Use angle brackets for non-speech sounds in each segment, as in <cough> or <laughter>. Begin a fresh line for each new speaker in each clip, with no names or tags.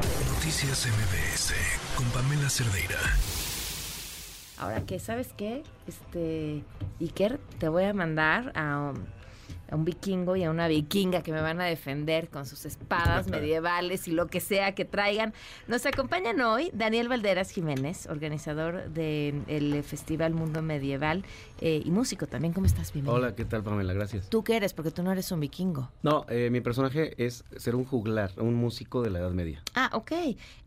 Noticias MBS con Pamela Cerdeira.
Ahora que, ¿sabes qué? Este, Iker, te voy a mandar a, um, a un vikingo y a una vikinga que me van a defender con sus espadas medievales y lo que sea que traigan. Nos acompañan hoy Daniel Valderas Jiménez, organizador del Festival Mundo Medieval eh, y músico también. ¿Cómo estás? Bienvenido.
Hola, ¿qué tal Pamela? Gracias.
¿Tú qué eres? Porque tú no eres un vikingo.
No, eh, mi personaje es ser un juglar, un músico de la Edad Media.
Ah, ok.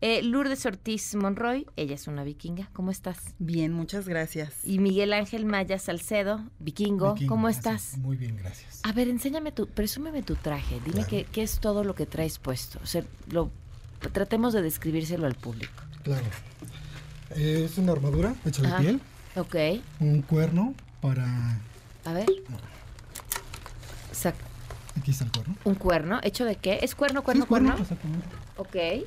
Eh, Lourdes Ortiz Monroy, ella es una vikinga. ¿Cómo estás?
Bien, muchas gracias.
Y Miguel Ángel Maya Salcedo, vikingo.
Vikingo,
¿Cómo
gracias.
estás?
Muy bien, gracias.
A ver, enséñame tu, presúmeme tu traje. Dime
Claro.
qué, qué es todo lo que traes puesto. O sea, lo, tratemos de describírselo al público.
Claro. Eh, Es una armadura hecha de
Ajá.
piel,
Ok,
un cuerno para...
a ver. Sac-
Aquí está el cuerno.
un cuerno, ¿hecho de qué? ¿Es cuerno,
Sí, pues,
cuerno,
es
cuerno?
exactamente.
Ok. Eh,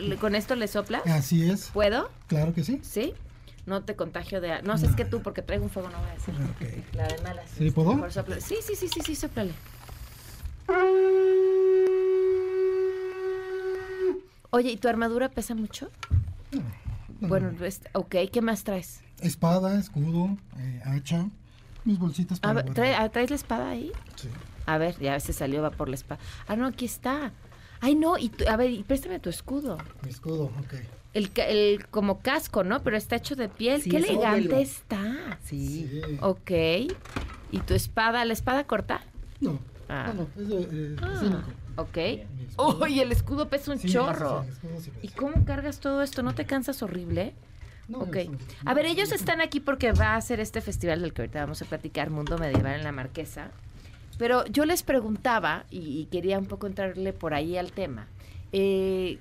le- ¿Con esto le soplas?
Así es,
¿Puedo?
claro que sí.
¿Sí? No te contagio de... a- No, sé, es que tú, porque traigo un fuego, no voy a decir.
Ok.
La de malas.
¿Sí, puedo?
Mejor sopla- Sí, sí, sí, sí, sí, soplale. Oye, ¿y tu armadura pesa mucho? Bueno, es- ok, ¿qué más traes?
Espada, escudo, eh, hacha, mis bolsitas
A
para...
ver,
guardar.
trae- ah, ¿Traes la espada ahí?
Sí.
A ver, ya se salió, va por la espada. Ah, no, aquí está. Ay, no, y tú- a ver, y préstame tu escudo.
Mi escudo, ok.
El, ca- el como casco, ¿no? Pero está hecho de piel.
Sí,
Qué
es
elegante
óvalo.
está.
Sí.
Ok. ¿Y tu espada? ¿La espada corta?
No,
Ah.
no, no, es de... eh,
Ah,
es único.
ok.
Mi escudo.
Uy, el escudo pesa un
Sí,
chorro.
sí, el escudo sí
¿Y
pesa.
cómo cargas todo esto? ¿No te cansas horrible?
No,
Ok.
es-
A ver, ellos
no,
están aquí porque va a ser este festival del que ahorita vamos a platicar, Mundo Medieval en la Marquesa. Pero yo les preguntaba, y, y quería un poco entrarle por ahí al tema, eh,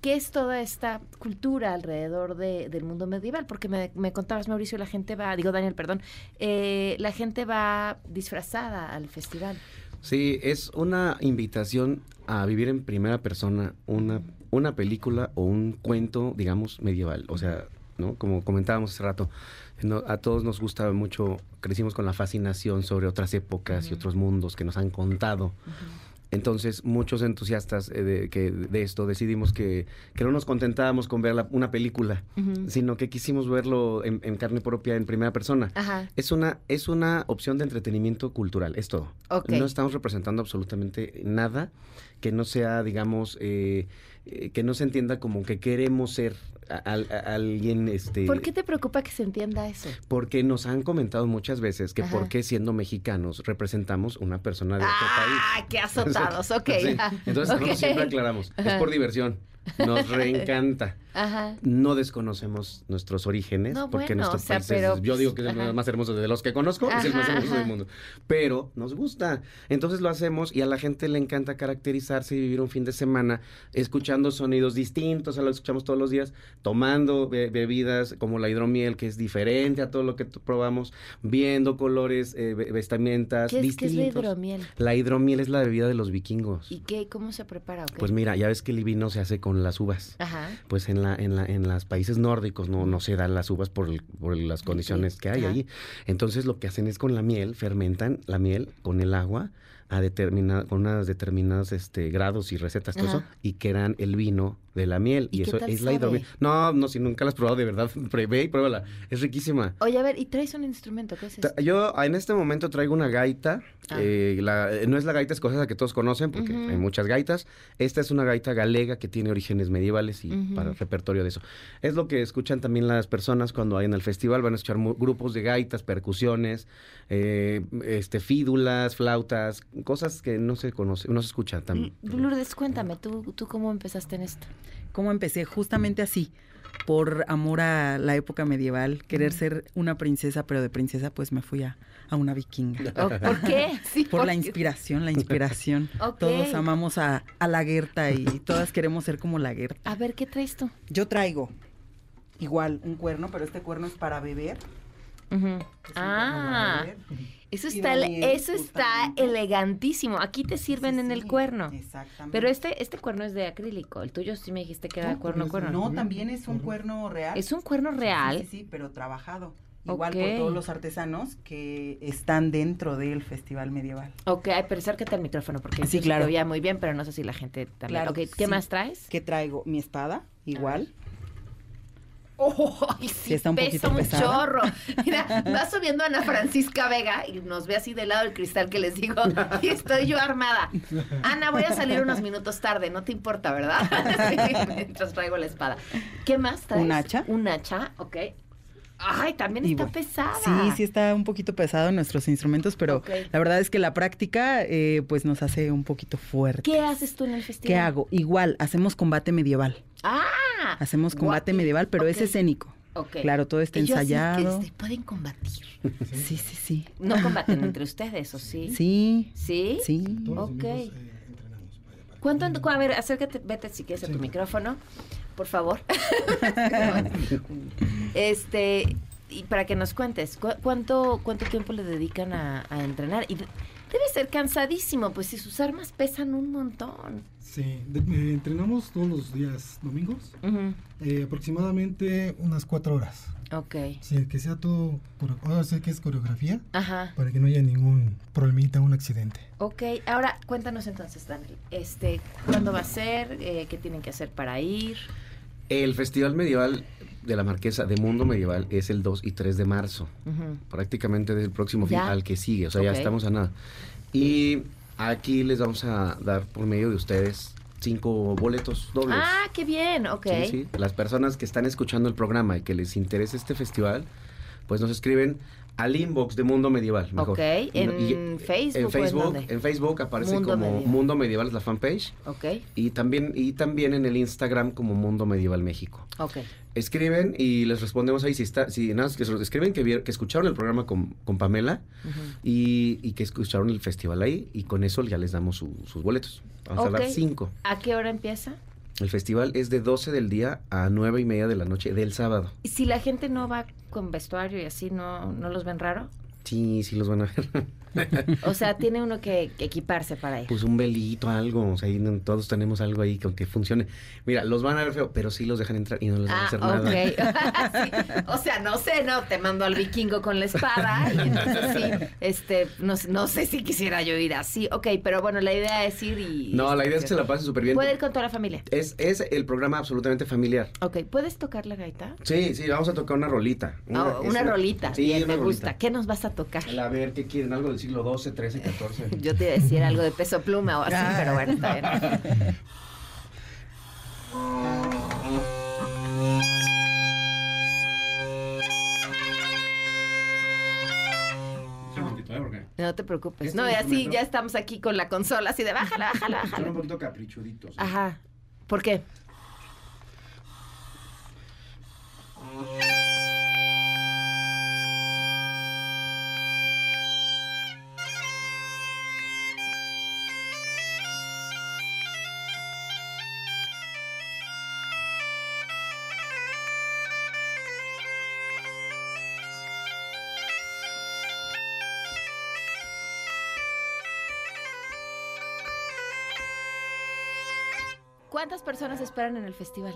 ¿qué es toda esta cultura alrededor de- del mundo medieval? Porque me, me contabas, Mauricio, la gente va, digo Daniel, perdón, eh, la gente va disfrazada al festival.
Sí, es una invitación a vivir en primera persona una, una película o un cuento, digamos, medieval. O sea, ¿no? Como comentábamos hace rato, no- a todos nos gusta mucho, crecimos con la fascinación sobre otras épocas y
Ujú.
otros mundos que nos han contado. Entonces, muchos entusiastas eh, de, que, de esto decidimos que, que no nos contentábamos con ver la- una película,
Ujú.
sino que quisimos verlo en, en carne propia, en primera persona.
Ajá.
Es una, es una opción de entretenimiento cultural, es todo.
Ok.
No estamos representando absolutamente nada que no sea, digamos, eh, eh, que no se entienda como que queremos ser a- al- a- alguien, este...
¿Por qué te preocupa que se entienda eso?
Porque nos han comentado muchas veces que
Ajá.
por qué siendo mexicanos representamos una persona de otro
¡Ah,
<laughs>
qué
país.
azotados! Ok.
Sí.
ya.
Entonces nosotros
Ok.
siempre aclaramos, es
Ajá.
por diversión,
<laughs>
nos reencanta.
Ajá.
No desconocemos nuestros orígenes,
No,
porque
bueno,
nuestro
o sea,
país
pero, pues,
es, yo digo que es
ajá.
el más hermoso de los que conozco, es el
Ajá,
más hermoso
ajá.
del mundo. Pero nos gusta. Entonces lo hacemos y a la gente le encanta caracterizarse y vivir un fin de semana escuchando sonidos distintos a los que escuchamos todos los días, tomando be- bebidas como la hidromiel, que es diferente a todo lo que t- probamos, viendo colores, eh, ve- vestamentas
¿Qué es, qué es
distintos.
la hidromiel?
La hidromiel es la bebida de los vikingos.
¿Y qué? ¿Cómo se prepara? o qué?
Pues mira, ya ves que el vino se hace con las uvas
Ajá.
pues en la en la en los países nórdicos no no se dan las uvas por, el- por las condiciones que hay
Ajá.
allí. Entonces lo que hacen es con la miel fermentan la miel con el agua a determinada con unas determinadas este grados y recetas todo eso
Ajá.
y crean el vino de la miel
¿Y
y,
qué
eso
tal
es la
sabe?
hidromiel. No, no si nunca la has probado de verdad, <laughs> prevé y pruébala. Es riquísima.
Oye, a ver, ¿y traes un instrumento? ¿Qué es
Ta-
esto?
Yo en este momento traigo una gaita.
Ah.
eh, la- eh, no es la gaita escocesa que todos conocen, porque
Ujú.
hay muchas gaitas. Esta es una gaita galega que tiene orígenes medievales y
Ujú.
para repertorio de eso. Es lo que escuchan también las personas cuando vayan al festival. Van a escuchar mu- grupos de gaitas, percusiones, eh, este, fídulas, flautas, cosas que no se conocen, no se escuchan
L-
tan.
Mm, Lourdes, cuéntame, ¿tú, ¿tú cómo empezaste en esto?
¿Cómo empecé? Justamente así, por amor a la época medieval, querer ser una princesa, pero de princesa pues me fui a, a una vikinga.
<laughs>
¿O- ¿Por qué? Sí,
Por la
porque-
inspiración, la <laughs> inspiración.
Ok.
Todos amamos a, a la Gerta y todas queremos ser como la Gerta.
A ver, ¿qué traes tú?
Yo traigo igual un cuerno, pero este cuerno es para beber.
Ujú.
Es un cuerno para
Ah,
beber.
eso
Y
está,
Daniel,
eso está
justamente.
elegantísimo. Aquí te
Sí,
sirven
sí,
en el
sí,
cuerno.
Exactamente.
Pero este, este cuerno es de acrílico. El tuyo sí me dijiste que era
No,
cuerno,
pero es-
cuerno.
no.
No, también es un cuerno real.
Es un cuerno
pues, Sí,
real.
Sí, sí, pero trabajado. Igual
Ok.
por todos los artesanos que están dentro del Festival Medieval.
Ok, ay, pero acércate al micrófono porque
Sí,
sí, claro.
claro.
te oía muy bien, pero no sé si la gente también.
Claro,
Ok, ¿qué
sí.
más traes?
Que traigo mi espada, igual.
Oh, <laughs> ay, sí,
Sí, está un
pesa
poquito
un
pesada.
chorro.
<laughs>
Mira, va subiendo Ana Francisca Vega y nos ve así del lado del cristal que les digo, y estoy yo armada. Ana, voy a salir unos minutos tarde, no te importa, ¿verdad? <laughs> Sí, mientras traigo la espada. ¿Qué más traes?
Un hacha.
Un hacha, ok. Ay, también
Y
está
bueno,
pesada.
Sí, sí está un poquito pesado en nuestros instrumentos, pero
Ah, Ok.
la verdad es que la práctica eh, pues nos hace un poquito fuerte.
¿Qué haces tú en el festival?
¿Qué hago? Igual, hacemos combate medieval.
Ah,
Hacemos combate
Guau, y-
medieval, pero es
ok.
escénico.
ok.
Claro, todo está
Y yo así que este,
ensayado.
se pueden combatir.
Sí, sí, sí.
No combaten entre ustedes, ¿o sí?
Sí,
¿Sí?
sí.
Todos los
Ok.
domingos, eh, entrenamos. Vaya, para
¿Cuánto?
que-
en- A ver, acércate, vete si quieres a
Sí.
tu micrófono, por favor. este, y para que nos cuentes, ¿cu- ¿cuánto, cuánto tiempo le dedican a, a entrenar? Y de- debe ser cansadísimo, pues si sus armas pesan un montón.
Sí, de- eh, entrenamos todos los días domingos, eh, aproximadamente unas cuatro horas.
Ok.
Sí, que sea todo, core- ahora sé que es coreografía,
Ajá.
para que no haya ningún problemita, un accidente.
Ok, ahora cuéntanos entonces, Daniel, este, ¿cuándo va a ser? Eh, ¿Qué tienen que hacer para ir?
El Festival Medieval de la Marquesa de Mundo Medieval es el 2 y 3 de marzo,
Ujú.
prácticamente del próximo fin
Ya.
al que sigue, o sea,
Ok.
ya estamos a nada. Y aquí les vamos a dar por medio de ustedes cinco boletos dobles.
Ah, qué bien, ok.
Sí, sí. Las personas que están escuchando el programa y que les interese este festival, pues nos escriben al inbox de Mundo Medieval. Mejor.
Ok, ¿en Facebook o en
En Facebook,
dónde?
en Facebook aparece
Mundo
como
Medieval.
Mundo Medieval es la fanpage
Ok,
y también y también en el Instagram como Mundo Medieval México.
ok. está
Escriben y les respondemos ahí si está si nada, que se- escriben que vier- que escucharon el programa con, con Pamela y, y que escucharon el festival ahí y con eso ya les damos su- sus boletos. Vamos a dar
Ok.
cinco.
¿A qué hora empieza?
El festival es de 12 del día a 9 y media de la noche del sábado.
Y si la gente no va con vestuario y así, ¿no, no los ven raro?
Sí, sí los van a ver. <laughs>
O sea, tiene uno que, que equiparse para ir.
Pues un velito, algo. O sea, ahí no- todos tenemos algo ahí que aunque funcione. Mira, los van a ver feo, pero sí los dejan entrar y Pues, no les van a
Ah,
hacer
ok.
nada.
<laughs> Sí. O sea, no sé, ¿no? Te mando al vikingo con la espada y entonces sí, este, no, sé- no sé si quisiera yo ir así. Ok, pero bueno, la idea es ir y...
<laughs>
este,
No, la idea es que se la pasen súper bien.
Puede ir con toda la familia.
Es, es el programa absolutamente familiar.
Ok, ¿puedes tocar la gaita?
Sí, sí, vamos a tocar una rolita.
Ah, Una,
es
rolita,
Sí,
bien,
una
me gusta.
rolita.
¿Qué nos vas a tocar?
El A ver, ¿qué quieren? Algo del siglo XII, XIII,
<laughs>
XIV.
Yo te iba a decir algo de peso pluma o así,
Ah.
pero bueno, está bien.
Suena un poquito, ¿eh? Porque
No te preocupes.
Este
No, y así
instrumento-
ya estamos aquí con la consola, así de bájala, bájala,
<laughs> suena
bájala.
un poquito ¿eh? caprichuditos.
Ajá. ¿Por qué? ¿Cuántas personas esperan en el festival?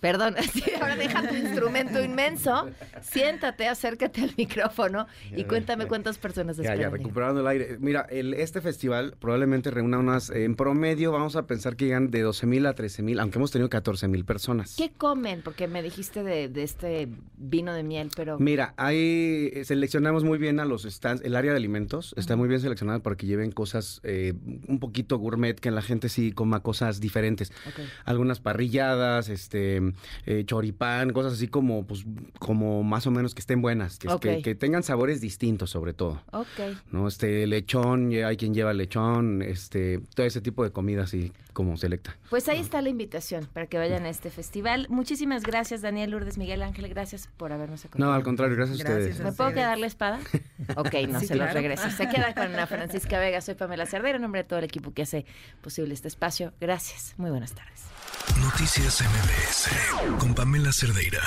Perdón, <laughs> sí, ahora deja tu
<laughs>
instrumento inmenso, siéntate, acércate al micrófono y
Ya,
cuéntame
ya.
cuántas personas
Ya,
esperan.
ya, recuperando el aire. Mira, el, este festival probablemente reúna unas, en promedio vamos a pensar que llegan de 12 mil a 13 mil, aunque hemos tenido 14 mil personas.
¿Qué comen? Porque me dijiste de, de este vino de miel, pero...
Mira, ahí eh, seleccionamos muy bien a los stands, el área de alimentos está muy bien seleccionada para que lleven cosas eh, un poquito gourmet, que la gente sí coma cosas diferentes.
Ok.
Algunas parrilladas, este, eh, choripán, cosas así como, pues, como más o menos que estén buenas, que,
Ok.
que- que tengan sabores distintos sobre todo.
Ok.
¿no? Este lechón, ya hay quien lleva lechón, este, todo ese tipo de comida así como selecta.
Pues ahí está la invitación para que vayan a este festival. Muchísimas gracias, Daniel Lourdes, Miguel Ángel, gracias por habernos
No,
acompañado.
al contrario, gracias, a
Gracias
ustedes.
¿Me puedo
Ustedes.
quedar la espada?
<laughs>
Ok, no,
Sí,
se los
claro.
regreso. Se
<laughs>
queda con Ana Francisca Vega. Soy Pamela Cerdero, en nombre de todo el equipo que hace posible este espacio. Gracias. Muy buenas tardes.
Noticias MBS con Pamela Cerdeira.